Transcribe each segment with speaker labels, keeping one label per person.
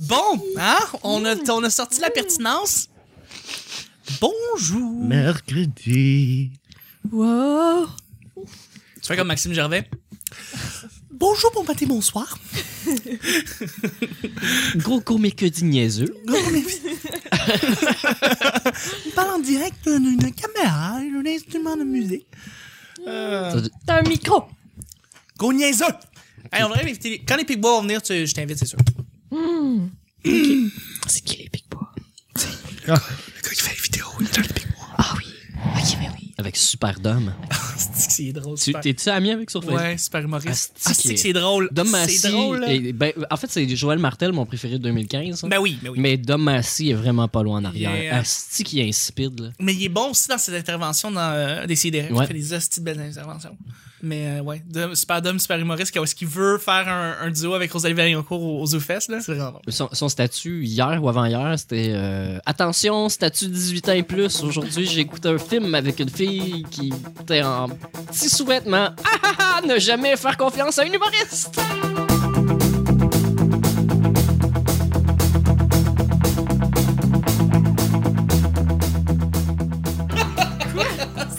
Speaker 1: Bon, hein? On a, on a sorti la pertinence. Bonjour.
Speaker 2: Mercredi.
Speaker 3: Wow!
Speaker 1: Tu fais comme Maxime Gervais. Bonjour, bon matin, bonsoir.
Speaker 2: Gros comédie niaiseux.
Speaker 1: On parle en direct d'une caméra et d'un instrument de musique.
Speaker 3: T'as un micro!
Speaker 1: Gros niaiseux! Hey, on devrait inviter les- Quand les Pigbois vont venir, tu- je t'invite, c'est sûr.
Speaker 3: C'est qui les Pigbois?
Speaker 1: Le gars qui fait les vidéos, il est dans les Pigbois.
Speaker 3: Ah oui! Ok, mais oui.
Speaker 2: Avec Superdome.
Speaker 1: Asti que c'est drôle,
Speaker 2: Tu
Speaker 1: super.
Speaker 2: T'es-tu ami avec sur Facebook?
Speaker 1: Ouais, super humoriste.
Speaker 2: Asti
Speaker 1: Asti que
Speaker 2: que-
Speaker 1: c'est drôle.
Speaker 2: Dom
Speaker 1: C'est
Speaker 2: Massy.
Speaker 1: drôle, là.
Speaker 2: est- ben, en fait, c'est Joël Martel, mon préféré de 2015. hein.
Speaker 1: Ben oui, ben oui. euh,
Speaker 2: Mais Dom Massy est vraiment pas loin en arrière.
Speaker 1: Yeah.
Speaker 2: Asti qui est insipide. Là.
Speaker 1: Mais il est bon aussi dans ses interventions dans euh, des CDR.
Speaker 2: Ouais.
Speaker 1: Il fait des hosties de belles interventions. Mais euh, ouais, Dom- super Dom, super humoriste, qui ce qu'il veut faire un, un duo avec Rosalie Vaillancourt au- aux Zoufest, là. C'est vraiment bon.
Speaker 2: Son, son statut hier ou avant-hier, c'était euh, Attention, statut 18 ans et plus. Aujourd'hui, j'écoute un film avec une fille qui était en petit sous-vêtement. Ah ah ah Ne jamais faire confiance à un humoriste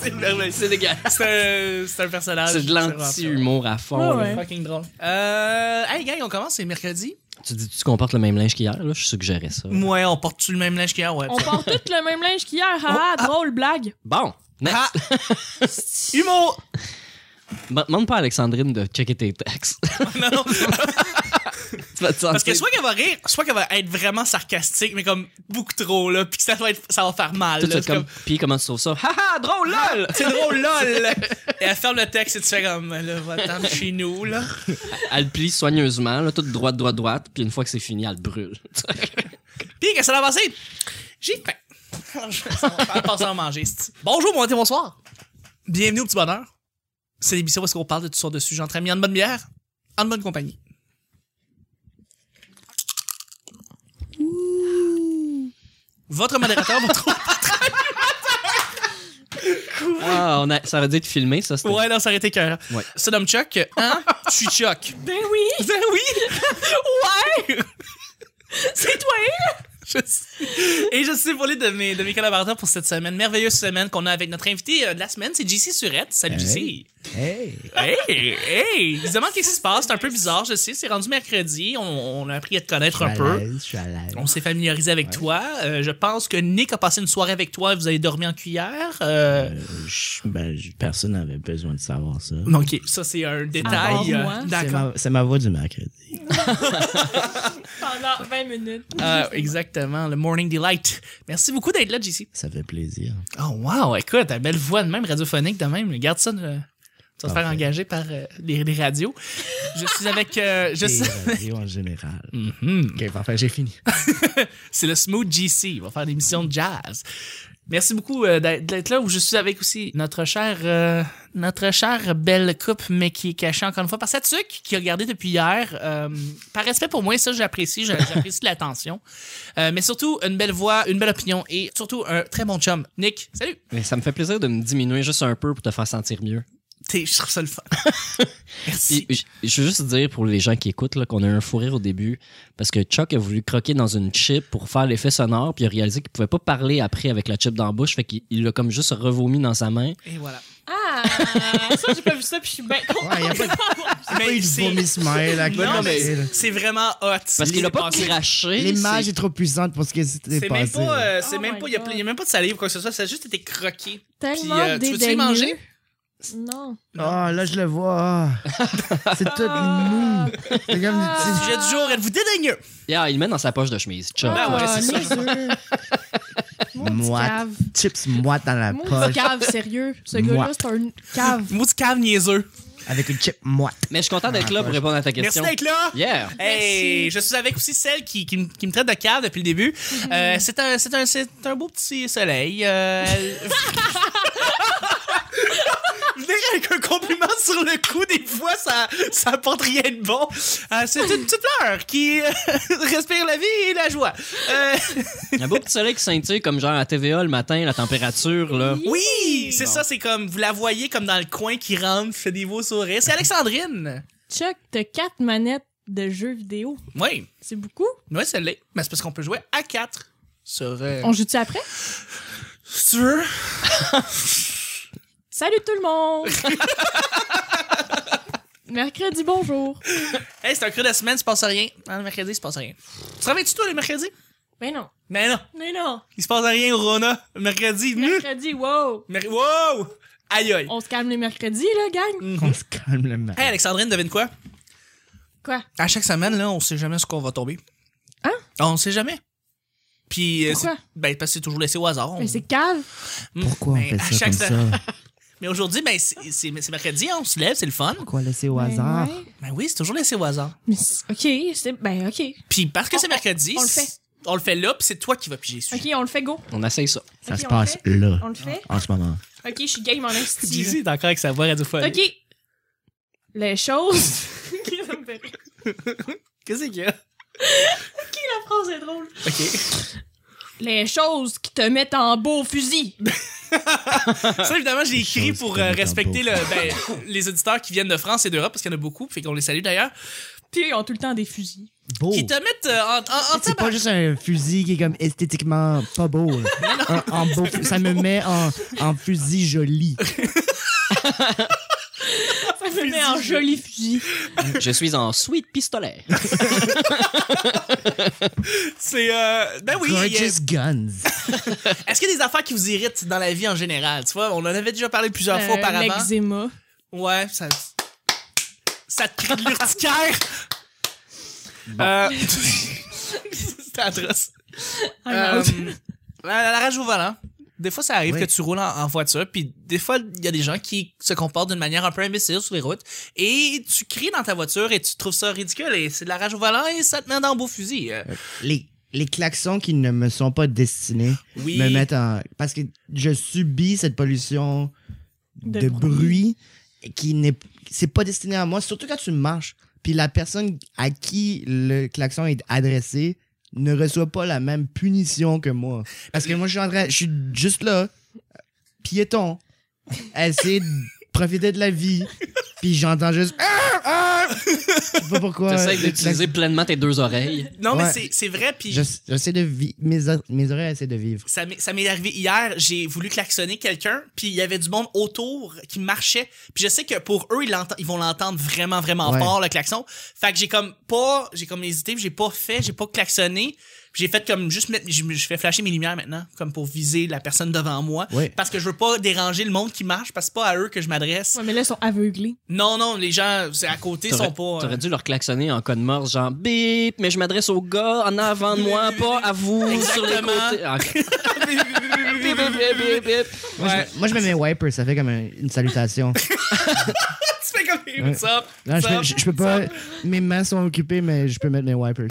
Speaker 1: C'est merveilleux.
Speaker 2: C'est dégueulasse.
Speaker 1: C'est un, c'est un personnage.
Speaker 2: C'est de
Speaker 1: vraiment
Speaker 2: l'anti-humour à fond.
Speaker 3: Ouais,
Speaker 2: là.
Speaker 1: ça. Fucking drôle. Euh, hey, gang, on commence, c'est mercredi.
Speaker 2: Tu dis tu comportes le même linge qu'hier, là, je suggérais ça.
Speaker 1: Ouais, on porte-tu le même linge qu'hier? Ouais.
Speaker 3: On porte tous le même linge qu'hier. Ah, drôle blague!
Speaker 2: Bon, next.
Speaker 1: Ah! Humour!
Speaker 2: M- Demande pas à Alexandrine de checker tes textes.
Speaker 1: Non, non.
Speaker 2: Tu vas te sentir-
Speaker 1: Parce que soit qu'elle va rire, soit qu'elle va être vraiment sarcastique, mais comme beaucoup trop, là, puis que ça va, être, ça va faire mal.
Speaker 2: Tout
Speaker 1: là.
Speaker 2: ça
Speaker 1: C'est
Speaker 2: comme...
Speaker 1: comme,
Speaker 2: Puis comment tu trouves ça? Haha, drôle, lol!
Speaker 1: C'est drôle, lol! et elle ferme le texte et tu fais comme, là, va-t'en de chez nous, là.
Speaker 2: Elle plie soigneusement, là, toute droite, droite, droite. Puis une fois que c'est fini, elle brûle.
Speaker 1: Puis, qu'est-ce que ça a passé? J'ai faim. On va passer à manger. c'ti. Bonjour, bon matin, bonsoir. Bienvenue au petit bonheur. C'est l'émission où est-ce qu'on parle de toutes sortes de sujets entre amis, en bonne bière, en bonne compagnie. Votre modérateur, votre.
Speaker 2: ah, on a... ça aurait dû être filmé, ça. c'était-
Speaker 1: Ouais, non, ça aurait été cœur.
Speaker 2: Ouais.
Speaker 1: Ça nomme Chuck. Hein? Je suis Chuck.
Speaker 3: Ben oui!
Speaker 1: Ben oui!
Speaker 3: Ouais! C'est toi!
Speaker 1: Je sais. hein, Et je suis volé de mes, de mes collaborateurs pour cette semaine, merveilleuse semaine qu'on a avec notre invité euh, de la semaine, c'est JC Surette. Salut JC!
Speaker 4: Hey!
Speaker 1: Hey! Hey! Il se demande qu'est-ce qui se passe, c'est un peu bizarre, je sais, c'est rendu mercredi, on, on a appris à te connaître un
Speaker 4: Je suis à
Speaker 1: peu.
Speaker 4: l'aise, je suis à l'aise.
Speaker 1: On s'est familiarisé avec toi. Euh, je pense que Nick a passé une soirée avec toi et vous avez dormi en cuillère. Euh,
Speaker 4: Je- ben, je- personne n'avait besoin de savoir ça.
Speaker 1: OK, ça c'est un détail.
Speaker 3: Ah, moi.
Speaker 1: euh,
Speaker 4: C'est
Speaker 1: D'accord.
Speaker 4: ma, c'est ma voix du mercredi.
Speaker 3: Pendant 20 minutes.
Speaker 1: Ah, exactement, le Morning Delight. Merci beaucoup d'être là, JC.
Speaker 4: Ça fait plaisir.
Speaker 1: Oh wow, écoute, ta belle voix de même, radiophonique de même. Regarde ça, euh, tu vas te faire
Speaker 4: Parfait.
Speaker 1: engager par euh, les, les radios. Je suis avec... euh, je
Speaker 4: Et hmm.
Speaker 1: suis-
Speaker 4: radio en général.
Speaker 1: Mhm.
Speaker 4: Ok, parfait, j'ai fini.
Speaker 1: C'est le Smooth GC, il va faire l'émission de jazz. Merci beaucoup euh, d'être d'être là où je suis avec aussi notre chère, euh, notre chère belle coupe, mais qui est cachée encore une fois par Satsuki, qui a regardé depuis hier. Euh, par respect pour moi, ça j'apprécie, j'a- j'apprécie de l'attention. Euh, mais surtout, une belle voix, une belle opinion et surtout un très bon chum. Nick, salut!
Speaker 2: Mais ça me fait plaisir de me diminuer juste un peu pour te faire sentir mieux.
Speaker 1: T'es, je trouve ça le fun. Merci.
Speaker 2: Puis, j- je veux juste dire pour les gens qui écoutent là, qu'on a eu un fou rire au début parce que Chuck a voulu croquer dans une chip pour faire l'effet sonore puis il a réalisé qu'il pouvait pas parler après avec la chip dans la bouche fait qu'il il l'a comme juste revomi dans sa main.
Speaker 1: Et voilà.
Speaker 3: Ah! Ça, j'ai pas vu ça, puis je suis bien contente.
Speaker 4: Ouais, y a Ah, pas
Speaker 1: Mais
Speaker 4: de
Speaker 1: c'est-
Speaker 4: vomissement, là.
Speaker 1: Non, mais
Speaker 4: là.
Speaker 1: c'est vraiment hot.
Speaker 2: Parce qu'il
Speaker 1: a
Speaker 2: l'a pas craché.
Speaker 4: L'image
Speaker 2: c'est-
Speaker 4: est trop puissante pour ce que c'était
Speaker 1: C'est même
Speaker 4: passé.
Speaker 1: pas,
Speaker 4: là.
Speaker 1: euh, c'est
Speaker 3: Oh
Speaker 1: même
Speaker 3: my
Speaker 1: pas, il y a,
Speaker 3: God.
Speaker 1: il y a même pas de salive ou quoi que ce soit, ça a juste été croqué.
Speaker 3: Tellement
Speaker 1: Puis, euh, tu veux-tu y
Speaker 3: dédaigneux.
Speaker 1: manger?
Speaker 3: Non.
Speaker 4: Ah, là, je le vois. Ah. c'est tout
Speaker 1: Ah.
Speaker 4: mou. C'est comme du
Speaker 1: Le
Speaker 4: petit-
Speaker 1: sujet du
Speaker 3: Ah.
Speaker 1: jour, êtes-vous dédaigneux?
Speaker 2: Yeah, il le met dans sa poche de chemise. Chuck.
Speaker 1: Ah, ouais, c'est ça.
Speaker 3: Mon petit
Speaker 4: Moite.
Speaker 3: cave.
Speaker 1: Ah.
Speaker 4: chips moites dans la
Speaker 3: Mon petit
Speaker 4: poche
Speaker 3: cave, sérieux. Ce
Speaker 4: Moi.
Speaker 3: gars-là, c'est un cave.
Speaker 1: Maudit cave niaiseux.
Speaker 4: avec une chip moite.
Speaker 2: Mais je suis content d'être là pour répondre à ta
Speaker 1: Merci
Speaker 2: question.
Speaker 1: d'être là.
Speaker 2: Yeah.
Speaker 1: Hey, je suis avec aussi celle qui, qui, me- qui me traite de cave depuis le début. Euh, c'est un, c'est un, c'est un beau petit soleil. Euh... Venir avec un compliment sur le cou, des fois, ça, ça apporte rien de bon. Euh, c'est une petite fleur qui euh, respire la vie et la joie. Euh,
Speaker 2: Un beau petit soleil qui scintille comme genre à TVA le matin, la température là.
Speaker 1: oui, c'est ça, c'est comme, vous la voyez comme dans le coin qui rentre, fait des beaux sourires. C'est Alexandrine.
Speaker 3: Chuck, t'as quatre manettes de jeux vidéo.
Speaker 1: Oui,
Speaker 3: C'est beaucoup.
Speaker 1: oui, ça l'est. Mais c'est parce qu'on peut jouer à 4 sur. euh,
Speaker 3: On joue-tu après?
Speaker 1: si tu veux.
Speaker 3: Salut tout le monde! Mercredi, bonjour!
Speaker 1: Hey, c'est un creux de la semaine, il se passe rien. Non, le mercredi, il se passe rien. Tu travailles-tu toi le mercredi?
Speaker 3: Mais non,
Speaker 1: Mais non,
Speaker 3: mais non!
Speaker 1: il se passe rien au Rona. Le mercredi, nu.
Speaker 3: Mercredi, wow!
Speaker 1: Mer- wow! Aïe aïe.
Speaker 3: On se calme les mercredis, là, gang!
Speaker 1: Mhm.
Speaker 4: On se calme le mal.
Speaker 1: Hey, Alexandrine, devine quoi?
Speaker 3: Quoi?
Speaker 1: À chaque semaine, là, on sait jamais sur quoi on va tomber. Ah,
Speaker 3: Hein?
Speaker 1: On sait jamais. Puis, euh,
Speaker 3: Pourquoi?
Speaker 1: c'est- ben, parce que c'est toujours laissé au hasard. On-
Speaker 3: Mais c'est cave!
Speaker 1: Mm.
Speaker 4: Pourquoi on
Speaker 1: Ben,
Speaker 4: fait
Speaker 1: à
Speaker 4: ça
Speaker 1: chaque
Speaker 4: comme
Speaker 1: semaine-
Speaker 4: ça?
Speaker 1: Mais aujourd'hui, ben, c'est c'est- c'est mercredi, hein, on se lève, c'est le fun.
Speaker 4: Pourquoi laisser au
Speaker 3: Ben
Speaker 4: hasard?
Speaker 3: ouais.
Speaker 1: Ben oui, c'est toujours laissé au hasard.
Speaker 3: Mais c'est- ok, c'est. Ben, ok.
Speaker 1: Puis, parce que
Speaker 3: On-
Speaker 1: c'est mercredi,
Speaker 3: on le fait.
Speaker 1: c'est- on le fait là, puis c'est toi qui vas piger dessus.
Speaker 3: Ok, on le fait, go!
Speaker 2: On essaye ça.
Speaker 4: Ça
Speaker 3: Ok,
Speaker 4: se
Speaker 3: on
Speaker 4: passe
Speaker 3: le fait.
Speaker 4: là,
Speaker 3: On le fait?
Speaker 4: en ce moment.
Speaker 3: Ok, je suis game en esti, là.
Speaker 1: Jay-Z est encore avec sa voix radiophonique.
Speaker 3: Ok! Les choses. Ok, ça me fait rire.
Speaker 1: Qu'est-ce qu'il y a?
Speaker 3: La phrase est drôle.
Speaker 1: Ok.
Speaker 3: Les choses qui te mettent en beau fusil.
Speaker 1: Ça, évidemment, j'ai écrit
Speaker 4: choses
Speaker 1: pour
Speaker 4: comme
Speaker 1: euh,
Speaker 4: un
Speaker 1: respecter
Speaker 4: tambour.
Speaker 1: le- ben, les auditeurs qui viennent de France et d'Europe, parce qu'il y en a beaucoup, fait qu'on les salue d'ailleurs,
Speaker 3: Puis ils ont tout le temps des fusils.
Speaker 4: Beau.
Speaker 1: qui te mettent euh, en, en, en
Speaker 4: C'est
Speaker 1: tabac.
Speaker 4: pas juste un fusil qui est comme esthétiquement pas beau. là. En, en beau ça me met en, en fusil joli.
Speaker 3: Ça me met en joli fusil.
Speaker 2: Je suis en suite pistolet.
Speaker 1: C'est. euh, ben oui, il y a-
Speaker 4: Gorgeous guns.
Speaker 1: Est-ce qu'il y a des affaires qui vous irritent dans la vie en général? Tu vois, on en avait déjà parlé plusieurs fois
Speaker 3: Euh,
Speaker 1: auparavant.
Speaker 3: L'eczéma.
Speaker 1: Ouais, ça. Ça te crée de l'urticaire! Euh, C'était atroce.
Speaker 3: Ah, non.
Speaker 1: Euh, la, la rage au volant. Des fois, ça arrive
Speaker 4: Oui.
Speaker 1: que tu roules en, en voiture, puis des fois, il y a des gens qui se comportent d'une manière un peu imbécile sur les routes, et tu cries dans ta voiture et tu trouves ça ridicule, et c'est de la rage au volant, et ça te met dans le beau fusil. Euh,
Speaker 4: Les, les klaxons qui ne me sont pas destinés
Speaker 1: oui.
Speaker 4: me mettent en. Parce que je subis cette pollution
Speaker 3: De
Speaker 4: de,
Speaker 3: bruit.
Speaker 4: bruit. qui n'est. C'est pas destiné à moi, surtout quand tu marches. Puis la personne à qui le klaxon est adressé ne reçoit pas la même punition que moi. Parce que moi, je suis en train. Je suis juste là, euh, piéton, à essayer de profiter de la vie. Puis j'entends juste. Ah! Ah! Je sais pas pourquoi.
Speaker 2: T'essayes
Speaker 4: le
Speaker 2: d'utiliser pleinement tes deux oreilles.
Speaker 1: Non, mais
Speaker 4: Ouais.
Speaker 1: c'est- c'est vrai, puis
Speaker 4: je- J'essaie de vivre. Mes, o- mes oreilles essaient de vivre.
Speaker 1: ça m'est ça m'est arrivé hier, j'ai voulu klaxonner quelqu'un, puis il y avait du monde autour qui marchait. Puis je sais que pour eux, ils, l'entend- ils vont l'entendre vraiment, vraiment
Speaker 4: Ouais.
Speaker 1: fort, le klaxon. Fait que j'ai comme pas, j'ai comme hésité, puis j'ai pas fait, j'ai pas klaxonné. Puis J'ai fait comme juste mettre, je, je fais flasher mes lumières maintenant, comme pour viser la personne devant moi.
Speaker 4: Ouais.
Speaker 1: Parce que je veux pas déranger le monde qui marche, parce que c'est pas à eux que je m'adresse.
Speaker 3: Ouais, mais là, ils sont aveuglés.
Speaker 1: Non, non, les gens c'est à côté
Speaker 2: T'aurais-
Speaker 1: sont pas. euh,
Speaker 2: T'aurais dû leur klaxonner en code morse, genre bip, mais je m'adresse au gars en avant de moi, pas à vous sur les
Speaker 1: Exactement.
Speaker 2: côtés. Ah, ok. Bip, bip, bip, bip, bip.
Speaker 4: Moi, je
Speaker 1: Ouais.
Speaker 4: me- moi, je mets mes wipers, ça fait comme un- une salutation.
Speaker 1: tu fais comme hey, what's up?
Speaker 4: Non, je,
Speaker 1: What's
Speaker 4: peux-
Speaker 1: up?
Speaker 4: je- je peux pas. Mes mains sont occupées, mais je peux mettre mes wipers.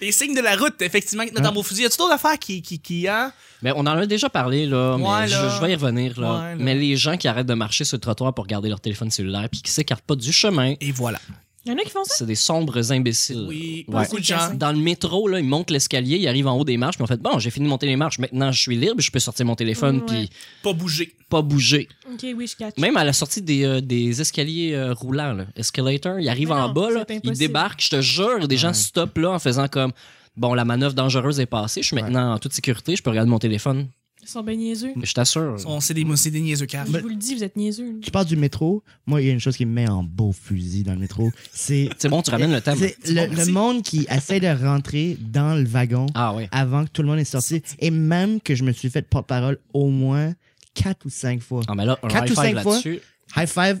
Speaker 1: Les signes de la route, effectivement, avec notre
Speaker 4: Ouais.
Speaker 1: tambour fusil. Y a-tu d'autres affaires qui, qui, qui, hein?
Speaker 2: Mais on en a déjà parlé, là, mais
Speaker 1: Ouais,
Speaker 2: je-
Speaker 1: là.
Speaker 2: Je, vais y revenir, là.
Speaker 1: Ouais, là.
Speaker 2: Mais les gens qui arrêtent de marcher sur le trottoir pour garder leur téléphone cellulaire puis qui s'écartent pas du chemin,
Speaker 1: Et voilà.
Speaker 3: Il y en a qui font ça.
Speaker 2: c'est des sombres imbéciles.
Speaker 1: Oui,
Speaker 2: Ouais.
Speaker 1: beaucoup de gens.
Speaker 2: Dans le métro, là, ils montent l'escalier, ils arrivent en haut des marches, puis en fait, bon, j'ai fini de monter les marches, maintenant je suis libre, je peux sortir mon téléphone
Speaker 3: Ouais.
Speaker 2: puis
Speaker 1: Pas bouger.
Speaker 2: pas bouger.
Speaker 3: Ok, oui, je catch.
Speaker 2: Même à la sortie des, euh, des escaliers euh, roulants, là, escalator, ils arrivent
Speaker 3: Mais
Speaker 2: en
Speaker 3: non,
Speaker 2: bas,
Speaker 3: c'est
Speaker 2: là,
Speaker 3: impossible.
Speaker 2: ils débarquent, je te jure, des gens
Speaker 4: Ouais.
Speaker 2: stoppent là en faisant comme bon, la manœuvre dangereuse est passée, je suis maintenant en toute sécurité, je peux regarder mon téléphone.
Speaker 3: Ils sont bien niaiseux.
Speaker 2: Je t'assure.
Speaker 1: On sait des, c'est des niaiseux caves.
Speaker 3: Ah, Je vous le dis, vous êtes niaiseux.
Speaker 4: Tu parles du métro. Moi, il y a une chose qui me met en beau fusil dans le métro. C'est
Speaker 2: C'est bon, tu ramènes le thème.
Speaker 4: c'est le,
Speaker 1: bon,
Speaker 4: le
Speaker 1: merci.
Speaker 4: monde qui essaie de rentrer dans le wagon
Speaker 2: Ah ouais.
Speaker 4: avant que tout le monde est sorti. Et même que je me suis fait porte-parole au moins quatre ou cinq fois.
Speaker 2: Ah, mais là, un
Speaker 4: Quatre
Speaker 2: high
Speaker 4: ou
Speaker 2: five
Speaker 4: cinq fois.
Speaker 2: là-dessus.
Speaker 4: High five.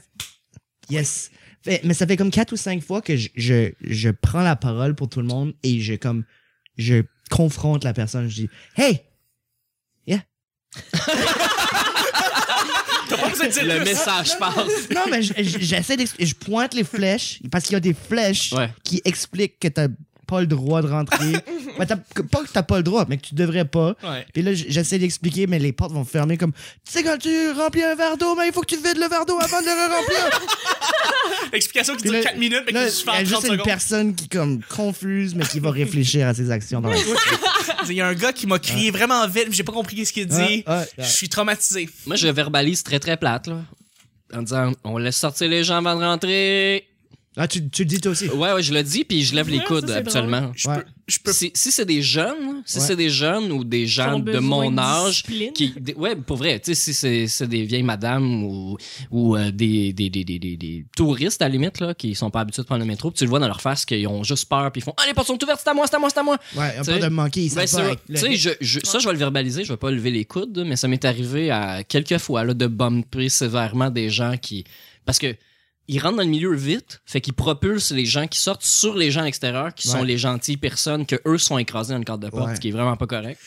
Speaker 4: Yes. Fait- mais ça fait comme quatre ou cinq fois que je, je, je prends la parole pour tout le monde et je comme je confronte la personne. Je dis Hey!
Speaker 1: T'as pas besoin de dire
Speaker 2: Le
Speaker 1: plus.
Speaker 2: message passe.
Speaker 4: Non, mais je- je- j'essaie d'ex- Je pointe les flèches parce qu'il y a des flèches
Speaker 2: Ouais.
Speaker 4: qui expliquent que t'as pas le droit de rentrer. Ben, t'as- que- pas que t'as pas le droit, mais que tu devrais pas.
Speaker 1: Ouais.
Speaker 4: Puis là, j- j'essaie d'expliquer, mais les portes vont fermer comme Tu sais, quand tu remplis un verre d'eau, mais il faut que tu vides le verre d'eau avant de le remplir.
Speaker 1: Explication qui
Speaker 4: Puis
Speaker 1: dure
Speaker 4: là-
Speaker 1: 4 minutes, mais
Speaker 4: Là,
Speaker 1: que
Speaker 4: il
Speaker 1: tu
Speaker 4: y
Speaker 1: fais
Speaker 4: a
Speaker 1: en 30
Speaker 4: juste une
Speaker 1: secondes.
Speaker 4: personne qui, comme, confuse, mais qui va réfléchir à ses actions dans la
Speaker 1: Il y a un gars qui m'a crié vraiment vite, mais j'ai pas compris ce qu'il dit.
Speaker 4: Ah, ah,
Speaker 1: Je suis traumatisé.
Speaker 2: Moi, je verbalise très très plate, là. En disant, on laisse sortir les gens avant de rentrer.
Speaker 4: Ah, tu, tu le dis toi aussi.
Speaker 2: Ouais, ouais, je le dis, puis je lève les
Speaker 3: Ouais,
Speaker 2: coudes
Speaker 3: ça, c'est
Speaker 2: habituellement.
Speaker 1: Je
Speaker 4: Ouais.
Speaker 1: peux, je peux
Speaker 2: Si, si c'est des jeunes, si
Speaker 4: Ouais.
Speaker 2: c'est des jeunes ou des gens de mon âge, qui, des- ouais, pour vrai, tu sais, si c'est- c'est des vieilles madames ou, ou euh, des, des, des, des, des, des touristes à la limite, là, qui sont pas habitués de prendre le métro, puis tu le vois dans leur face qu'ils ont juste peur, puis ils font Ah, les portes sont ouvertes, c'est à moi, c'est à moi, c'est à moi.
Speaker 4: Ouais, on
Speaker 2: T'sais,
Speaker 4: peut de me manquer. Ils
Speaker 2: Ben,
Speaker 4: savent pas
Speaker 2: ça,
Speaker 4: avec le-
Speaker 2: tu sais, je, je- ça, je vais le verbaliser, je vais pas lever les coudes, mais ça m'est arrivé à quelques fois là, de bumper sévèrement des gens qui. Parce que ils rentrent dans le milieu vite, fait qu'ils propulsent les gens qui sortent sur les gens à l'extérieur, qui sont
Speaker 4: Ouais.
Speaker 2: les gentilles personnes, que eux sont écrasés dans le cadre de porte,
Speaker 4: Ouais.
Speaker 2: ce qui est vraiment pas correct.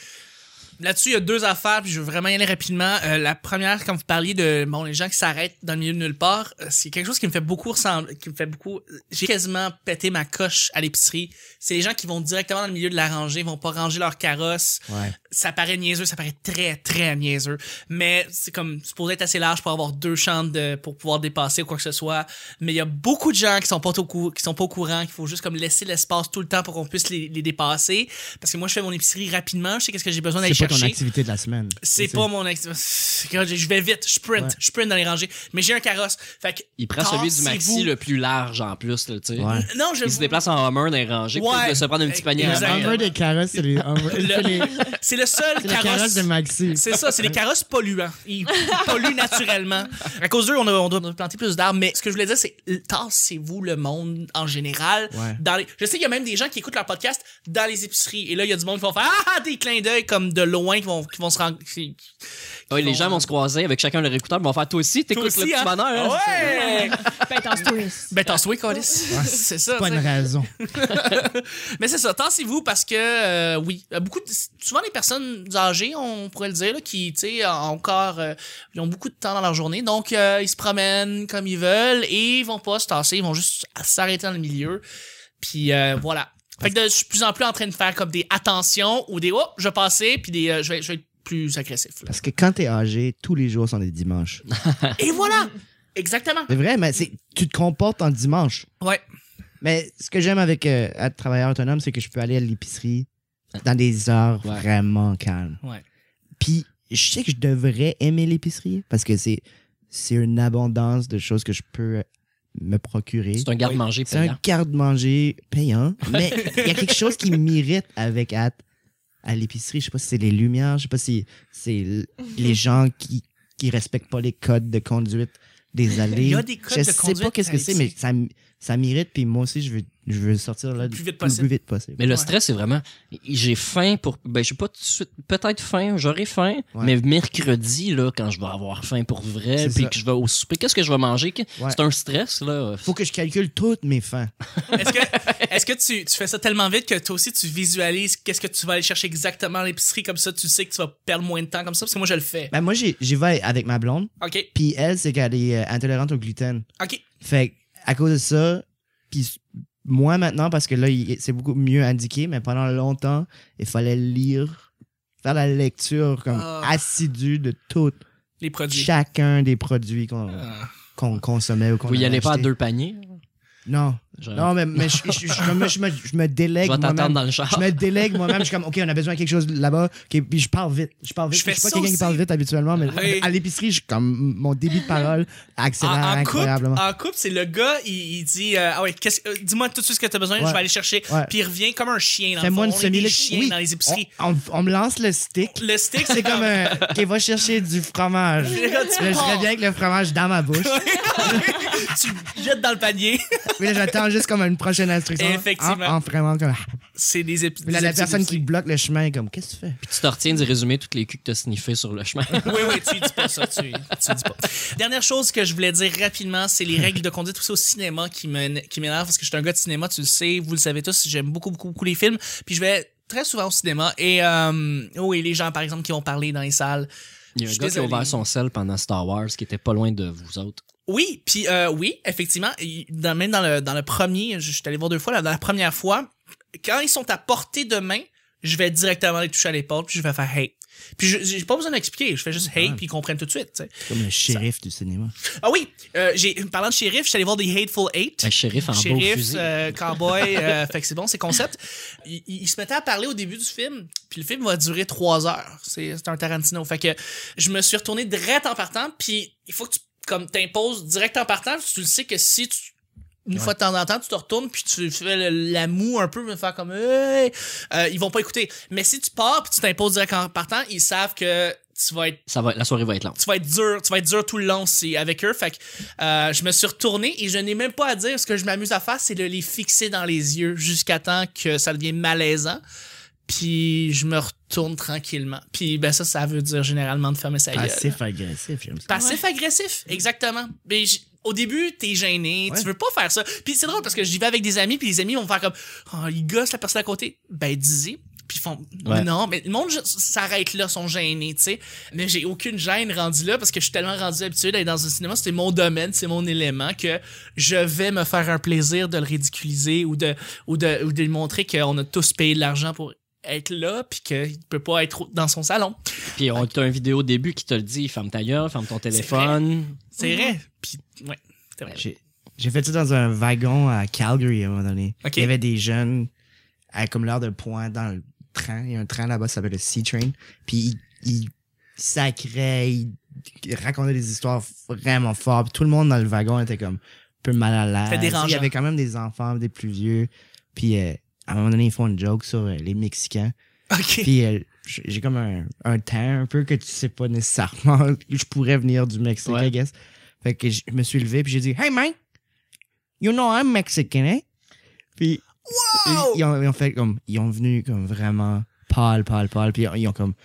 Speaker 1: Là-dessus, il y a deux affaires, puis je veux vraiment y aller rapidement. Euh, la première, quand vous parliez de bon, les gens qui s'arrêtent dans le milieu de nulle part, euh, c'est quelque chose qui me fait beaucoup ressembler, qui me fait beaucoup. J'ai quasiment pété ma coche à l'épicerie. C'est les gens qui vont directement dans le milieu de la rangée, ils vont pas ranger leur carrosse.
Speaker 4: Ouais.
Speaker 1: Ça paraît niaiseux, ça paraît très très niaiseux, mais c'est comme supposé être assez large pour avoir deux champs de, pour pouvoir dépasser ou quoi que ce soit. Mais il y a beaucoup de gens qui sont pas au cou- qui sont pas au courant, qu'il faut juste comme laisser l'espace tout le temps pour qu'on puisse les, les dépasser. Parce que moi, je fais mon épicerie rapidement, je sais qu'est-ce que j'ai besoin d'aller
Speaker 4: C'est pas
Speaker 1: chercher.
Speaker 4: ton activité de la semaine.
Speaker 1: C'est pas mon ex. C'est que Je vais vite, je sprint,
Speaker 4: Ouais.
Speaker 1: je sprint dans les rangées. Mais j'ai un carrosse. Fait que.
Speaker 2: Il prend celui du maxi
Speaker 1: tassez-vous.
Speaker 2: le plus large en plus, là, tu sais.
Speaker 4: Ouais.
Speaker 1: Non, je.
Speaker 2: Il se déplace en Hummer dans les rangées,
Speaker 1: Ouais.
Speaker 2: puis de se prendre un petit panier à
Speaker 1: Exact.
Speaker 2: main.
Speaker 1: Exactement.
Speaker 4: Hummer des carrosses, c'est les. Hummer- C'est les-
Speaker 1: C'est le seul
Speaker 4: c'est la carrosse
Speaker 1: carrosse.
Speaker 4: de Maxi.
Speaker 1: C'est ça, c'est les carrosses polluants. Ils polluent naturellement. À cause d'eux, on, a- on doit planter plus d'arbres. Mais ce que je voulais dire, c'est tassez-vous le monde en général.
Speaker 4: Ouais.
Speaker 1: Dans les... Je sais qu'il y a même des gens qui écoutent leur podcast dans les épiceries. Et là, il y a du monde qui vont faire ah, des clins d'œil comme de loin qui vont, qui vont se rendre. qui-
Speaker 2: Ouais, les
Speaker 1: Bon.
Speaker 2: gens vont se croiser avec chacun leur écouteur, ils vont faire Toi aussi,
Speaker 1: Toi
Speaker 2: t'écoutes le
Speaker 1: aussi,
Speaker 2: petit
Speaker 1: hein?
Speaker 2: bonheur. hein?
Speaker 1: Ouais!
Speaker 3: Ben, t'en stories.
Speaker 1: ben, t'en souhaites, Colis. C'est ça.
Speaker 4: C'est pas
Speaker 1: tu
Speaker 4: une
Speaker 1: sais.
Speaker 4: raison.
Speaker 1: Mais c'est ça, tassez-vous parce que, euh, oui, euh, beaucoup de- souvent les personnes âgées, on pourrait le dire, là, qui, tu sais, en- encore, euh, ils ont beaucoup de temps dans leur journée, donc euh, ils se promènent comme ils veulent et ils vont pas se tasser, ils vont juste s'arrêter dans le milieu. Puis euh, voilà. Fait que de- je suis de plus en plus en train de faire comme des attentions ou des oh, je vais passer, puis des euh, je, vais, je vais être plus agressif. là.
Speaker 4: Parce que quand t'es âgé, tous les jours sont des dimanches.
Speaker 1: Et voilà! Exactement.
Speaker 4: C'est vrai, mais c'est tu te comportes en dimanche.
Speaker 1: Ouais.
Speaker 4: Mais ce que j'aime avec euh, être travailleur autonome, c'est que je peux aller à l'épicerie dans des heures
Speaker 2: Ouais.
Speaker 4: vraiment calmes.
Speaker 1: Ouais.
Speaker 4: Puis je sais que je devrais aimer l'épicerie parce que c'est c'est une abondance de choses que je peux me procurer.
Speaker 2: C'est un garde-manger
Speaker 4: C'est un
Speaker 2: payant.
Speaker 4: garde-manger payant, mais il y a quelque chose qui m'irrite avec à, à l'épicerie. Je sais pas si c'est les lumières, je sais pas si c'est l- les gens qui qui respectent pas les codes de conduite des allées.
Speaker 1: Il y a des codes
Speaker 4: je
Speaker 1: de
Speaker 4: sais
Speaker 1: conduite
Speaker 4: pas qu'est-ce que c'est,
Speaker 1: à
Speaker 4: mais ça m- ça m'irrite. Puis moi aussi, je veux je veux sortir là
Speaker 1: Le
Speaker 4: du-
Speaker 1: plus vite
Speaker 4: le
Speaker 1: possible.
Speaker 4: plus vite possible.
Speaker 2: Mais le
Speaker 1: Ouais.
Speaker 2: stress, c'est vraiment. J'ai faim pour. Ben, j'ai pas tout de suite. Peut-être faim, j'aurai faim.
Speaker 4: Ouais.
Speaker 2: Mais mercredi, là, quand je vais avoir faim pour vrai,
Speaker 4: C'est
Speaker 2: puis
Speaker 4: ça.
Speaker 2: que je vais au souper, qu'est-ce que je vais manger? Que-
Speaker 4: Ouais.
Speaker 2: C'est un stress, là.
Speaker 4: Faut que je calcule toutes mes fins.
Speaker 1: Est-ce que, est-ce que tu, tu fais ça tellement vite que toi aussi tu visualises qu'est-ce que tu vas aller chercher exactement à l'épicerie comme ça, tu sais que tu vas perdre moins de temps comme ça, parce que moi je le fais.
Speaker 4: Ben moi, j'ai- j'y vais avec ma blonde.
Speaker 1: Ok,
Speaker 4: Puis elle, c'est qu'elle est euh, intolérante au gluten.
Speaker 1: ok.
Speaker 4: Fait que, à cause de ça, puis moi maintenant, parce que là, il- c'est beaucoup mieux indiqué, mais pendant longtemps, il fallait lire, faire la lecture comme
Speaker 1: Ah.
Speaker 4: assidue de tout,
Speaker 1: Les produits.
Speaker 4: chacun des produits qu'on
Speaker 1: Ah.
Speaker 4: qu'on consommait ou qu'on
Speaker 2: Vous y
Speaker 4: allait
Speaker 2: allez pas à
Speaker 4: acheter.
Speaker 2: deux paniers?
Speaker 4: Non,
Speaker 2: Genre,
Speaker 4: non, mais, mais je, je- je- je me- je me, je me
Speaker 2: tu
Speaker 4: délègue
Speaker 2: vas t'attendre
Speaker 4: moi-même.
Speaker 2: dans le char.
Speaker 4: Je me délègue moi-même. Je suis comme, OK, on a besoin de quelque chose là-bas. ok, puis je parle vite. Je parle
Speaker 1: Je
Speaker 4: vite. Je,
Speaker 1: fais
Speaker 4: suis pas
Speaker 1: ça
Speaker 4: quelqu'un qui
Speaker 1: aussi.
Speaker 4: parle vite habituellement, mais
Speaker 1: Ouais.
Speaker 4: à l'épicerie, je suis comme, mon débit de parole
Speaker 1: En,
Speaker 4: accélère
Speaker 1: en couple,
Speaker 4: incroyablement.
Speaker 1: en couple, c'est le gars, il, il dit euh, Ah ouais, qu'est-ce- euh, dis-moi tout de suite ce que t'as besoin,
Speaker 4: Ouais.
Speaker 1: je vais aller chercher.
Speaker 4: Ouais.
Speaker 1: Puis il revient comme un chien dans le
Speaker 4: Fais-moi
Speaker 1: fond.
Speaker 4: une
Speaker 1: On est des
Speaker 4: semi
Speaker 1: chiens dans les épiceries.
Speaker 4: On, on- on me lance le stick.
Speaker 1: Le stick,
Speaker 4: C'est comme un. OK, va chercher du fromage.
Speaker 1: Tu
Speaker 4: Là, je reviens avec le fromage dans ma bouche.
Speaker 1: tu le jettes dans le panier.
Speaker 4: Puis là, j'attends juste comme une prochaine instruction.
Speaker 1: Effectivement.
Speaker 4: En, en vraiment comme. ah.
Speaker 1: C'est des épi-
Speaker 4: Puis là,
Speaker 1: des
Speaker 4: la
Speaker 1: épices
Speaker 4: personne qui
Speaker 1: d'épicerie.
Speaker 4: bloque le chemin est comme, qu'est-ce que tu fais?
Speaker 2: Puis tu te retiens de résumer toutes les culs que t'as sniffées sur le chemin.
Speaker 1: Oui, oui, tu dis pas ça. Tu, tu dis pas. Dernière chose que je voulais dire rapidement, c'est les règles de conduite aussi au cinéma qui me- qui m'énervent parce que je suis un gars de cinéma, tu le sais, vous le savez tous, j'aime beaucoup, beaucoup, beaucoup les films. Puis je vais très souvent au cinéma et, euh, oh, et les gens, par exemple, qui ont parlé dans les salles.
Speaker 2: Il y a
Speaker 1: Je
Speaker 2: un
Speaker 1: suis
Speaker 2: gars qui a
Speaker 1: désolé.
Speaker 2: ouvert son sel pendant Star Wars qui était pas loin de vous autres.
Speaker 1: Oui, puis euh, oui, effectivement, il- dans- même dans le, dans le premier, je, je suis allé voir deux fois, la, la première fois, quand ils sont à portée de main, je vais directement les toucher à l'épaule, puis je vais faire « hey ». Puis je- j'ai pas besoin d'expliquer, je fais juste « hey », puis ils comprennent tout de suite, tu sais.
Speaker 4: Comme le shérif du cinéma.
Speaker 1: Ah oui, euh, j'ai parlant de shérif, je suis allé voir des Hateful Eight.
Speaker 2: Un shérif Ben, en beau
Speaker 1: shérif,
Speaker 2: fusil.
Speaker 1: euh, cowboy, euh, fait que c'est bon, c'est concept. Il, il- il se mettait à parler au début du film, puis le film va durer trois heures. C'est c'est un Tarantino. Fait que je me suis retourné direct en partant, puis il faut que tu comme t'imposes direct en partant, parce que tu le sais que si tu une fois de temps en temps, tu te retournes puis tu fais le- la moue un peu, faire comme hey! Euh, ils vont pas écouter. Mais si tu pars puis tu t'imposes direct en partant, ils savent que tu vas être
Speaker 2: Ça va, être- la soirée va être longue.
Speaker 1: tu vas être dur, tu vas être dur tout le long c'est avec eux. Fait que euh, je me suis retourné et je n'ai même pas à dire ce que je m'amuse à faire, c'est de les fixer dans les yeux jusqu'à temps que ça devient malaisant. Puis je me retourne tranquillement. Puis ben ça, ça veut dire généralement de fermer sa gueule.
Speaker 4: Passif agressif, j'aime ça.
Speaker 1: Passif agressif, exactement. Mais j- au début, t'es gêné,
Speaker 4: Ouais.
Speaker 1: tu veux pas faire ça. Puis c'est drôle parce que j'y vais avec des amis, puis les amis vont faire comme oh, ils gossent la personne à côté. Ben dis-y. Puis ils font
Speaker 2: Ouais.
Speaker 1: non, mais le monde ju- s'arrête là, sont gênés, tu sais. Mais j'ai aucune gêne rendue là parce que je suis tellement rendu habitué d'aller dans un cinéma, c'est mon domaine, c'est mon élément que je vais me faire un plaisir de le ridiculiser ou de ou de ou de lui montrer qu'on a tous payé de l'argent pour être là puis qu'il peut pas être dans son salon.
Speaker 2: Puis on t'a une vidéo au début qui te le dit, ferme ta gueule, ferme ton téléphone.
Speaker 1: C'est
Speaker 4: Mm-hmm.
Speaker 1: vrai. Puis ouais, c'est vrai.
Speaker 4: J'ai j'ai fait ça dans un wagon à Calgary à un moment donné.
Speaker 1: Ok.
Speaker 4: Il y avait des jeunes à comme l'heure de pointe dans le train. Il y a un train là-bas, ça s'appelle le Sea Train. Puis ils ils sacraient, ils ils racontaient des histoires vraiment fortes. Puis Tout le monde dans le wagon était comme un peu mal à l'aise.
Speaker 1: C'était dérangeant.
Speaker 4: Il y avait quand même des enfants, des plus vieux. Puis euh, à un moment donné, ils font une joke sur euh, les Mexicains.
Speaker 1: OK.
Speaker 4: Puis euh, j'ai j'ai comme un, un teint un peu que tu sais pas nécessairement. Je pourrais venir du Mexique,
Speaker 2: Ouais.
Speaker 4: I guess. Fait que je me suis levé puis j'ai dit Hey man, you know I'm Mexican, hein? Puis
Speaker 1: Wow!
Speaker 4: ils, ils ont, ils ont fait comme ils ont venu comme vraiment pâle, pâle, pâle. Puis ils ont, ils ont comme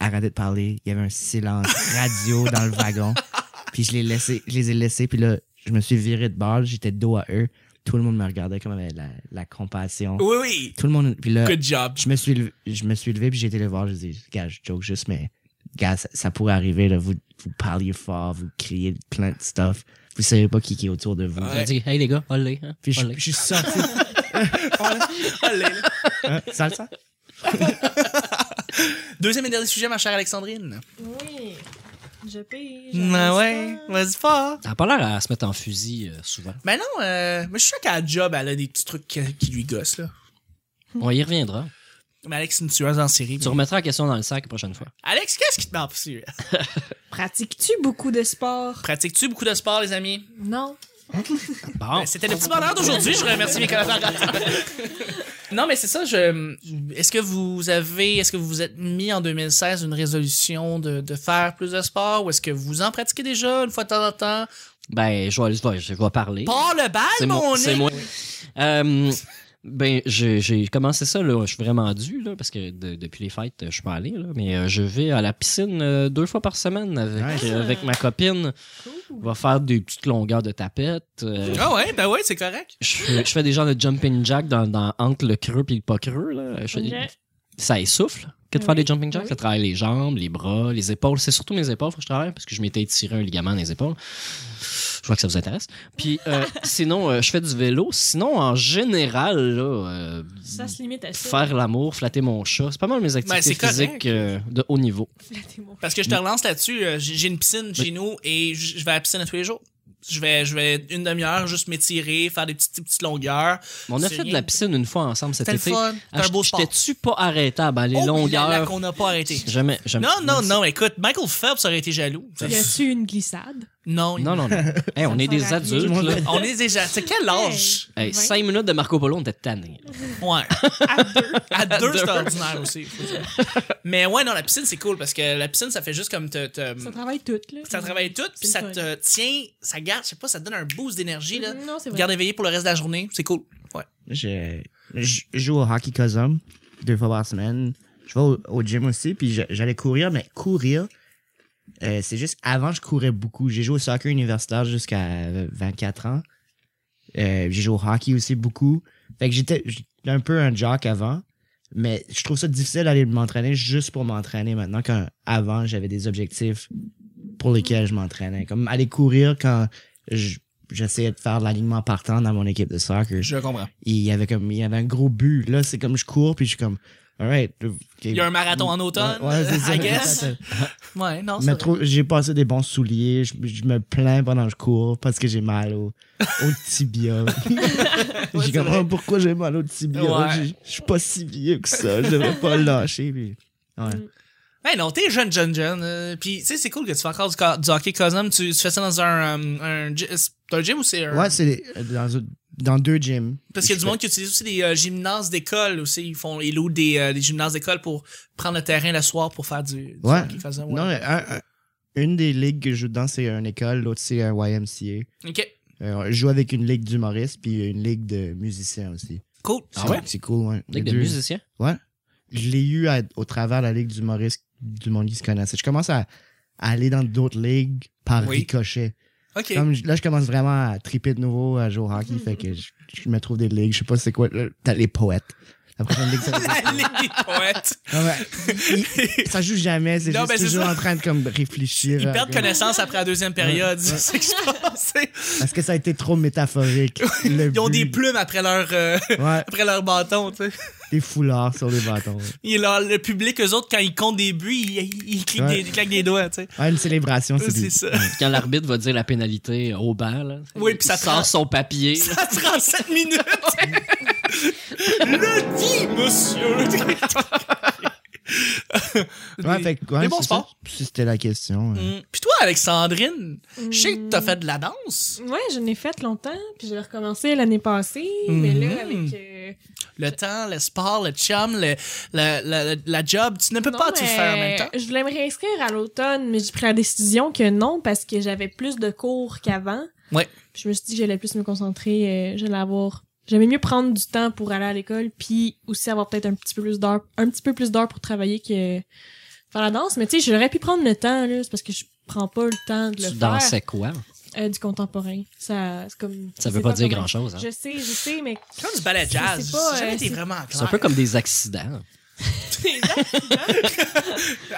Speaker 4: arrêté de parler. Il y avait un silence radio dans le wagon. Puis je les laissé, je les ai laissés. Puis là, je me suis viré de bord. J'étais dos à eux. Tout le monde me regardait comme avec la, la compassion.
Speaker 1: Oui, oui.
Speaker 4: Tout le monde. Puis là,
Speaker 1: Good job.
Speaker 4: je me suis levé, je me suis levé puis j'ai été le voir, j'ai dit gars, je joke juste mais gars, ça, ça pourrait arriver là, vous vous parliez fort, vous criez plein de stuff. Vous savez pas qui qui est autour de vous.
Speaker 2: On a dit, hey les gars, allez. Hein,
Speaker 4: Puis je,
Speaker 2: allez.
Speaker 4: je suis sorti.
Speaker 1: Allez.
Speaker 4: Hein, ça le sent?
Speaker 1: Deuxième et dernier sujet, ma chère Alexandrine.
Speaker 3: Oui. Je pige.
Speaker 1: Ah ouais, vas-y fort.
Speaker 2: Ça a pas l'air à se mettre en fusil euh, souvent.
Speaker 1: Mais non, euh, mais je suis sûr qu'à la job, elle a des petits trucs qui, qui lui gossent, là. Hmm.
Speaker 2: On y reviendra.
Speaker 1: Mais Alex, c'est une tueuse en série.
Speaker 2: Tu
Speaker 1: mais-
Speaker 2: remettras la question dans le sac la prochaine fois.
Speaker 1: Alex, qu'est-ce qui te marque dessus?
Speaker 3: Pratiques-tu beaucoup de sport?
Speaker 1: Pratiques-tu beaucoup de sport, les amis?
Speaker 3: Non.
Speaker 2: Bon.
Speaker 1: Ben, C'était le petit bonheur d'aujourd'hui. Je remercie mes collaborateurs. non, mais c'est ça. Je... Est-ce que vous avez, est-ce que vous vous êtes mis en 2016 une résolution de, de faire plus de sport ou est-ce que vous en pratiquez déjà une fois de temps en temps?
Speaker 2: Ben, je vais, je vais- je vais parler.
Speaker 1: Pas le bal,
Speaker 2: C'est
Speaker 1: mon
Speaker 2: moi. C'est
Speaker 1: nez!
Speaker 2: moi. Euh, ben, j'ai j'ai commencé ça, là. Je suis vraiment dû, là, parce que de- depuis les fêtes, je suis pas allé, là. Mais euh, je vais à la piscine euh, deux fois par semaine avec,
Speaker 4: Nice.
Speaker 2: euh, avec ma copine. On va faire des petites longueurs de tapette. euh,
Speaker 1: Ah ouais, ben ouais, c'est correct.
Speaker 2: je, fais- je fais des genres de jumping jack dans, dans- entre le creux et le pas creux, là. Je fais-
Speaker 3: Ok.
Speaker 2: Ça essouffle. Que de faire des jumping jacks,
Speaker 3: Oui.
Speaker 2: ça travaille les jambes, les bras, les épaules. C'est surtout mes épaules faut que je travaille parce que je m'étais tiré un ligament dans les épaules. Je vois que ça vous intéresse. Puis euh, sinon, euh, je fais du vélo. Sinon, en général, là, euh,
Speaker 3: Ça se limite à ça.
Speaker 2: faire l'amour, flatter mon chat, c'est pas mal mes activités
Speaker 1: Ben, c'est correct.
Speaker 2: physiques euh, de haut niveau.
Speaker 3: Flatter mon-
Speaker 1: Parce que je te relance là-dessus. euh, J'ai j'ai une piscine chez nous et j- je vais à la piscine à tous les jours. Je vais, je vais une demi-heure juste m'étirer, faire des petites, petites longueurs.
Speaker 2: Mais on a
Speaker 1: C'est
Speaker 2: fait de
Speaker 1: rien.
Speaker 2: la piscine une fois ensemble cet
Speaker 1: C'était le
Speaker 2: été. ah,
Speaker 1: fun. C'était un beau sport.
Speaker 2: J'étais-tu pas arrêtable à les
Speaker 1: Oh,
Speaker 2: longueurs?
Speaker 1: là, là, qu'on n'a pas arrêté.
Speaker 2: Jamais, jamais.
Speaker 1: Non, non, non, écoute, Michael Phelps aurait été jaloux.
Speaker 3: Y a-tu une glissade?
Speaker 1: Non, il-
Speaker 2: Non, non, non. Hey, on
Speaker 3: me
Speaker 2: est
Speaker 3: fait
Speaker 2: des
Speaker 3: rire.
Speaker 2: adultes, là.
Speaker 1: On est déjà. C'est quel âge?
Speaker 2: Hey,
Speaker 3: Ouais.
Speaker 2: cinq minutes de Marco Polo, on était tannés.
Speaker 1: Ouais. À deux. À deux, c'est ordinaire aussi. faut dire. Mais ouais, non, la piscine, c'est cool parce que la piscine, ça fait juste comme te. te-
Speaker 3: Ça travaille tout, là.
Speaker 1: ça travaille tout, puis
Speaker 3: C'est
Speaker 1: ça
Speaker 3: le
Speaker 1: te tient, ça garde, je sais pas, ça te donne un boost d'énergie, là.
Speaker 3: Non, c'est vrai.
Speaker 1: Garde éveillé pour le reste de la journée, c'est cool. Ouais.
Speaker 4: Je, je joue au hockey Cosum deux fois par semaine. Je vais au, au gym aussi, puis je- j'allais courir, mais courir, euh, c'est juste avant, je courais beaucoup. J'ai joué au soccer universitaire jusqu'à 24 ans. Euh, j'ai joué au hockey aussi beaucoup. Fait que j'étais j'étais un peu un jock avant, mais je trouve ça difficile d'aller m'entraîner juste pour m'entraîner maintenant. Quand avant, j'avais des objectifs pour lesquels je m'entraînais. Comme aller courir quand je- j'essayais de faire de l'alignement partant dans mon équipe de soccer
Speaker 1: Je comprends.
Speaker 4: il y avait comme il y avait un gros but là c'est comme je cours puis je suis comme alright
Speaker 1: Il y a un marathon en automne,
Speaker 4: ouais, c'est ça.
Speaker 1: I guess. Ouais, non, c'est
Speaker 4: Mais
Speaker 1: vrai.
Speaker 4: trop- j'ai passé des bons souliers je, je me plains pendant que je cours parce que j'ai mal au, au tibia
Speaker 1: c'est
Speaker 4: j'ai comme
Speaker 1: vrai.
Speaker 4: Ah, pourquoi j'ai mal au tibia
Speaker 1: Ouais.
Speaker 4: J'ai- je suis pas si vieux que ça je devrais pas le lâcher puis ouais.
Speaker 1: Ben non, t'es jeune, jeune, jeune. euh, Puis, tu sais, c'est cool que tu fais encore du, co- du hockey cosum. Tu, tu fais ça dans un, euh, un, gy- c'est un gym ou c'est un...
Speaker 4: Ouais, c'est les- euh, dans, dans deux gyms.
Speaker 1: Parce qu'il y a du monde qui utilise aussi des euh, gymnases d'école aussi. Ils font, ils louent des, euh, des gymnases d'école pour prendre le terrain le soir pour faire du, du
Speaker 4: Ouais.
Speaker 1: hockey cosum.
Speaker 4: Non, mais un- un- une des ligues que je joue dedans, c'est une école, l'autre, c'est un YMCA.
Speaker 1: Ok,
Speaker 4: Euh, je joue avec une ligue d'humoristes, puis une ligue de musiciens aussi.
Speaker 1: cool.
Speaker 2: Ah ouais?
Speaker 4: C'est cool, ouais. Les
Speaker 2: Ligue de
Speaker 4: deux.
Speaker 2: musiciens.
Speaker 4: Je l'ai eu à- au travers de la ligue d'humoristes du monde qui se connaissait. Je commence à, à aller dans d'autres ligues par
Speaker 1: Oui.
Speaker 4: ricochet.
Speaker 1: Ok. Mhm.
Speaker 4: Comme je- là, je commence vraiment à triper de nouveau à jouer au hockey. fait que je, je me trouve des ligues. Je sais pas c'est quoi. là, T'as les poètes. La prochaine ligue, ça va être-
Speaker 1: Allez, poète.
Speaker 4: Non, mais il- il- ça joue jamais. C'est
Speaker 1: Non,
Speaker 4: juste
Speaker 1: mais c'est
Speaker 4: toujours
Speaker 1: ça.
Speaker 4: en train de comme réfléchir.
Speaker 1: Ils
Speaker 4: à-
Speaker 1: perdent connaissance après la deuxième période.
Speaker 4: Ouais.
Speaker 1: C'est ce qui se passe.
Speaker 4: Parce que ça a été trop métaphorique. Le
Speaker 1: Ils ont
Speaker 4: but-
Speaker 1: des plumes après leur, euh,
Speaker 4: Ouais,
Speaker 1: après leur bâton, tu sais.
Speaker 4: des foulards sur les bâtons.
Speaker 1: Et leur- le public, eux autres, quand ils comptent des buts, ils, ils cliquent
Speaker 4: Ouais.
Speaker 1: des, ils claquent des doigts, tu sais.
Speaker 4: Ouais, une célébration, c'est
Speaker 1: C'est
Speaker 4: des-
Speaker 1: ça.
Speaker 2: Quand l'arbitre va dire la pénalité au banc, là,
Speaker 1: Oui, puis ça
Speaker 2: il sort
Speaker 1: prend-
Speaker 2: son papier.
Speaker 1: Ça prend 7 minutes. le dit, monsieur.
Speaker 4: Ouais, fait que, ouais,
Speaker 1: des bons
Speaker 4: c'est
Speaker 1: sports.
Speaker 4: ça. Si c'était la question. euh.
Speaker 1: Mm. Puis toi, Alexandrine, je sais que t'as fait de la danse.
Speaker 3: Ouais, je l'ai faite longtemps, puis j'ai recommencé l'année passée, mais
Speaker 1: Mhm.
Speaker 2: Mm-hmm.
Speaker 3: là, avec. euh,
Speaker 1: Le temps, le sport, le chum, le, la, la, la job, tu ne peux
Speaker 3: non,
Speaker 1: pas tout
Speaker 3: mais
Speaker 1: faire en même temps.
Speaker 3: Je voulais me réinscrire à l'automne, mais j'ai pris la décision que non, parce que j'avais plus de cours qu'avant.
Speaker 1: Ouais.
Speaker 3: Puis je me suis dit que j'allais plus me concentrer, euh, j'allais avoir. J'aimais mieux prendre du temps pour aller à l'école, puis aussi avoir peut-être un petit peu plus d'heures, un petit peu plus d'heures pour travailler que faire la danse. Mais tu sais, j'aurais pu prendre le temps, là, c'est parce que je prends pas le temps de le
Speaker 2: Tu
Speaker 3: faire.
Speaker 2: dansais quoi?
Speaker 3: Euh, du contemporain. Ça, c'est comme.
Speaker 2: Ça
Speaker 3: je
Speaker 2: veut
Speaker 3: sais
Speaker 2: pas dire
Speaker 3: comment-
Speaker 2: grand-chose. hein.
Speaker 3: Je sais, je sais, mais
Speaker 1: C'est Comme du ballet
Speaker 3: Je
Speaker 1: jazz.
Speaker 3: sais pas,
Speaker 1: J'ai jamais
Speaker 3: euh,
Speaker 1: été
Speaker 3: c'est-
Speaker 1: vraiment
Speaker 2: C'est un
Speaker 1: clair.
Speaker 2: peu comme des accidents.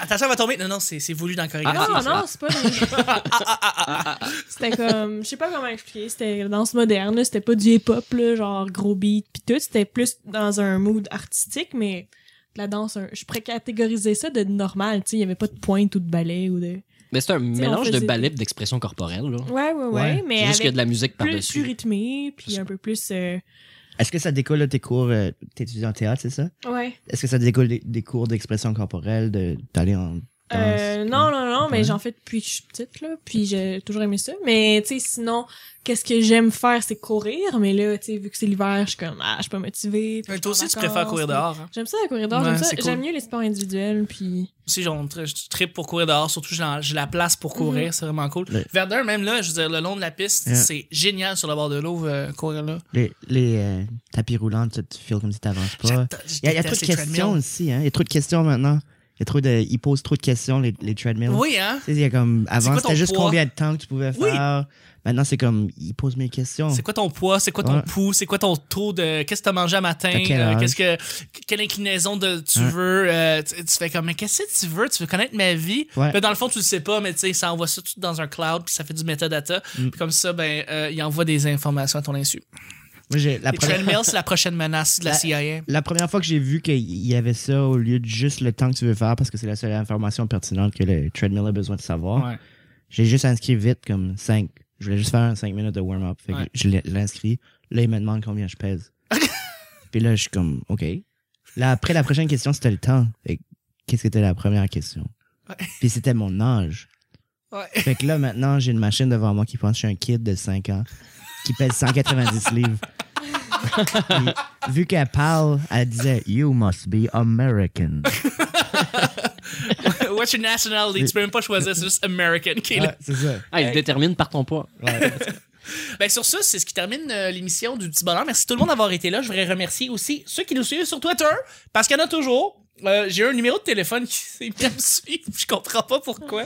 Speaker 1: Attention, elle va tomber. Non, non, c'est c'est voulu dans la chorégraphie.
Speaker 3: Ah
Speaker 2: c'est- Ah,
Speaker 3: non, c'est pas. c'était comme, je sais pas comment expliquer, c'était la danse moderne, là, c'était pas du hip-hop là, genre gros beat puis tout, c'était plus dans un mood artistique mais de la danse un- je pourrais catégoriser ça de normal, tu sais, il y avait pas de pointe ou de ballet ou de
Speaker 2: Mais c'est un mélange de
Speaker 3: faisait-
Speaker 2: ballet et d'expression corporelle. Là.
Speaker 3: Ouais ouais ouais,
Speaker 4: Ouais,
Speaker 2: C'est
Speaker 3: mais
Speaker 2: juste
Speaker 3: avec
Speaker 2: qu'il y a de la musique
Speaker 3: plus, plus
Speaker 2: par-dessus.
Speaker 3: rythmé puis un peu plus euh,
Speaker 4: Est-ce que ça découle de tes cours, euh, t'étudies en théâtre, c'est ça?
Speaker 3: ouais.
Speaker 4: Est-ce que ça découle des, des cours d'expression corporelle, de- d'aller en danse?
Speaker 3: Euh, non, non, non, mais
Speaker 4: Ouais.
Speaker 3: j'en fais depuis que je suis petite, là, puis j'ai toujours aimé ça. Mais, tu sais, sinon, qu'est-ce que j'aime faire, c'est courir, mais là, tu sais, vu que c'est l'hiver, je suis comme, ah, je suis pas motivée. puis
Speaker 1: Mais
Speaker 3: je
Speaker 1: toi aussi,
Speaker 3: suis
Speaker 1: tu
Speaker 3: en
Speaker 1: préfères
Speaker 3: vacances,
Speaker 1: courir
Speaker 3: puis-
Speaker 1: dehors. hein.
Speaker 3: J'aime ça, la courir dehors,
Speaker 1: Ouais,
Speaker 3: j'aime ça.
Speaker 1: c'est cool.
Speaker 3: J'aime mieux les sports individuels, puis...
Speaker 1: Si j'en tra- je tripe pour courir dehors, surtout j'ai la- j'ai la place pour courir, c'est vraiment cool.
Speaker 4: Ouais.
Speaker 1: Verdun, même là, je veux dire, le long de la piste,
Speaker 4: Yeah.
Speaker 1: c'est génial sur le bord de l'eau, euh, courir là.
Speaker 4: Les, les euh, tapis roulants, tu, tu feels comme si t'avances pas.
Speaker 1: J'attends- je
Speaker 4: Il y a, il y a trop
Speaker 1: déteste
Speaker 4: de
Speaker 1: les
Speaker 4: questions
Speaker 1: treadmills.
Speaker 4: aussi, hein? Il y a trop de questions maintenant. Il y a trop de, ils posent trop de questions, les, les treadmills.
Speaker 1: Oui, hein?
Speaker 4: Tu sais, il y a comme, avant,
Speaker 1: quoi ton
Speaker 4: c'était juste
Speaker 1: poids?
Speaker 4: combien de temps que tu pouvais
Speaker 1: Oui.
Speaker 4: faire. Maintenant, c'est comme, ils posent mes questions.
Speaker 1: C'est quoi ton poids? C'est quoi ton
Speaker 4: Oh. Ouais.
Speaker 1: pouls? C'est quoi ton taux de. Qu'est-ce que t'as mangé à matin?
Speaker 4: T'as quel
Speaker 1: Euh,
Speaker 4: âge?
Speaker 1: Qu'est-ce que. Quelle inclinaison de tu
Speaker 4: Ouais.
Speaker 1: veux? Euh, tu, tu fais comme, mais qu'est-ce que tu veux? Tu veux connaître ma vie?
Speaker 4: Ouais.
Speaker 1: Puis dans le fond, tu le sais pas, mais tu sais, ça envoie ça tout dans un cloud, puis ça fait du metadata.
Speaker 4: Mm.
Speaker 1: Puis comme ça, ben, euh, il envoie des informations à ton insu.
Speaker 4: Moi, j'ai, la
Speaker 1: Les
Speaker 4: première,
Speaker 1: treadmills, c'est la prochaine menace de la
Speaker 4: La-
Speaker 1: CIA.
Speaker 4: la première fois que j'ai vu qu'il y avait ça au lieu de juste le temps que tu veux faire parce que c'est la seule information pertinente que le treadmill a besoin de savoir.
Speaker 1: Ouais.
Speaker 4: J'ai juste inscrit vite comme 5. Je voulais juste faire un 5 minutes de warm-up. Fait que
Speaker 1: Ouais.
Speaker 4: je l'ai- je l'ai inscrit. Là, il me demande combien je pèse. Puis là, je suis comme, OK. Là, après, la prochaine question, c'était le temps. Fait que qu'est-ce que était la première question?
Speaker 1: Ouais.
Speaker 4: Puis c'était mon âge.
Speaker 1: Ouais.
Speaker 4: Fait que là, maintenant, j'ai une machine devant moi qui pense que je suis un kid de 5 ans qui pèse 190 livres. Puis, vu qu'elle parle, elle disait You must be American.
Speaker 1: What's your nationality? Tu peux même pas choisir, c'est juste American qui est là.
Speaker 4: Ouais, c'est ça.
Speaker 2: Ah, il le détermine par ton poids.
Speaker 4: Ouais.
Speaker 1: Ben sur ça, c'est ce qui termine euh, l'émission du petit bonheur. Merci tout le monde d'avoir été là. Je voudrais remercier aussi ceux qui nous suivent sur Twitter, parce qu'il y en a toujours. Euh, J'ai un numéro de téléphone qui s'est bien suivre, je comprends pas pourquoi.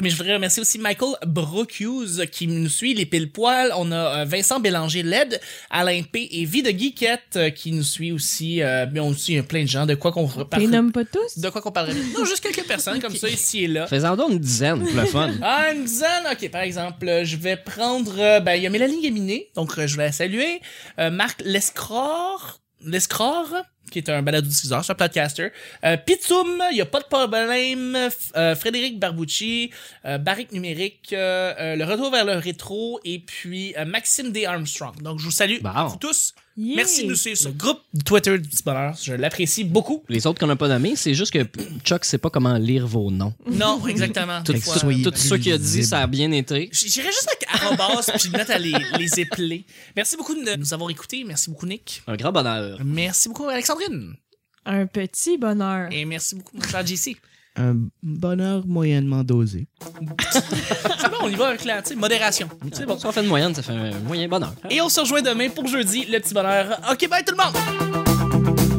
Speaker 1: Mais je voudrais remercier aussi Michael Brookhughes qui nous suit, les pile poils. On a euh, Vincent Bélanger LED, Alain P et Vie de Geekette euh, qui nous suit aussi. Euh, mais on aussi euh, plein de gens de quoi qu'on
Speaker 3: les
Speaker 1: parle.
Speaker 3: nomme pas tous?
Speaker 1: De quoi qu'on parlerait. Non, juste quelques personnes comme ça ici et là.
Speaker 2: Faisons donc une dizaine pour le fun.
Speaker 1: Ah, une dizaine, ok, par exemple, euh, je vais prendre, euh, ben, il y a Mélanie Gaminé, donc euh, je vais la saluer, Euh, Marc Lescrore, Lescrore, qui est un balado-diffuseur, c'est un podcaster. Euh, Pitoum, il n'y a pas de problème. F- euh, Frédéric Barbucci, euh, Barrique Numérique, euh, euh, Le Retour vers le Rétro et puis euh, Maxime D. Armstrong. Donc, je vous salue
Speaker 2: Bon.
Speaker 1: vous tous.
Speaker 3: Yeah.
Speaker 1: Merci de nous suivre sur le groupe Twitter du Petit Bonheur. Je l'apprécie beaucoup.
Speaker 2: Les autres qu'on n'a pas nommés, c'est juste que Chuck sait pas comment lire vos noms.
Speaker 1: Non, exactement.
Speaker 2: Tout,
Speaker 1: Des
Speaker 4: Fait que
Speaker 1: fois,
Speaker 4: soyez-
Speaker 1: euh,
Speaker 2: tout ce qu'il a dit,
Speaker 4: prévisible.
Speaker 2: ça a bien été.
Speaker 1: J- J'irai juste avec arrobas puis mettre à les, les épeler. Merci beaucoup de nous avoir écoutés. Merci beaucoup, Nick.
Speaker 2: Un grand bonheur.
Speaker 1: Merci beaucoup, Alexandrine.
Speaker 3: Un petit bonheur.
Speaker 1: Et merci beaucoup, mon cher JC.
Speaker 4: Un bonheur moyennement dosé.
Speaker 1: C'est bon, on y va avec la tu sais, modération. C'est bon.
Speaker 2: Si on fait une moyenne, ça fait un moyen bonheur.
Speaker 1: Et on se rejoint demain pour jeudi, le petit bonheur. OK, bye tout le monde!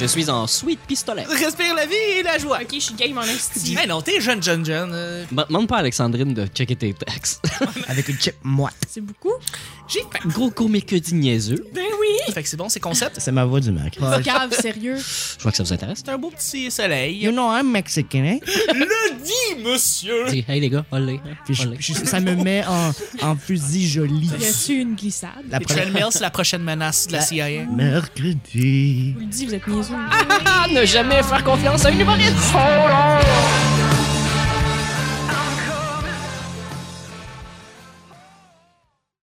Speaker 2: Je suis en suite pistolet.
Speaker 1: Respire la vie et la joie.
Speaker 3: Ok, je suis game en esti.
Speaker 1: Hey non, t'es jeune, jeune, jeune. euh,
Speaker 2: Bah, Demande pas à Alexandrine de checker tes textes.
Speaker 4: Avec une chip moite.
Speaker 3: C'est beaucoup?
Speaker 1: J'ai faim.
Speaker 2: Gros comique que dit niaiseux.
Speaker 3: Ben oui!
Speaker 1: Fait que c'est bon, c'est concept.
Speaker 4: C'est ma voix du Mac.
Speaker 3: Cave, sérieux.
Speaker 2: Je vois que ça vous intéresse.
Speaker 1: C'est un beau petit soleil.
Speaker 4: You know I'm Mexican, hein?
Speaker 1: Le dit, monsieur!
Speaker 2: Dis, hey les gars, hein, allez.
Speaker 4: Puis je- je- ça me met en, en fusil joli.
Speaker 3: Il y a su une glissade.
Speaker 4: La
Speaker 1: Les
Speaker 4: première-
Speaker 1: treadmills, c'est la prochaine menace de la CIA.
Speaker 4: Mercredi.
Speaker 3: Je vous le dis, vous êtes niaiseux.
Speaker 2: ne jamais faire confiance à une humoriste.
Speaker 5: Hold on.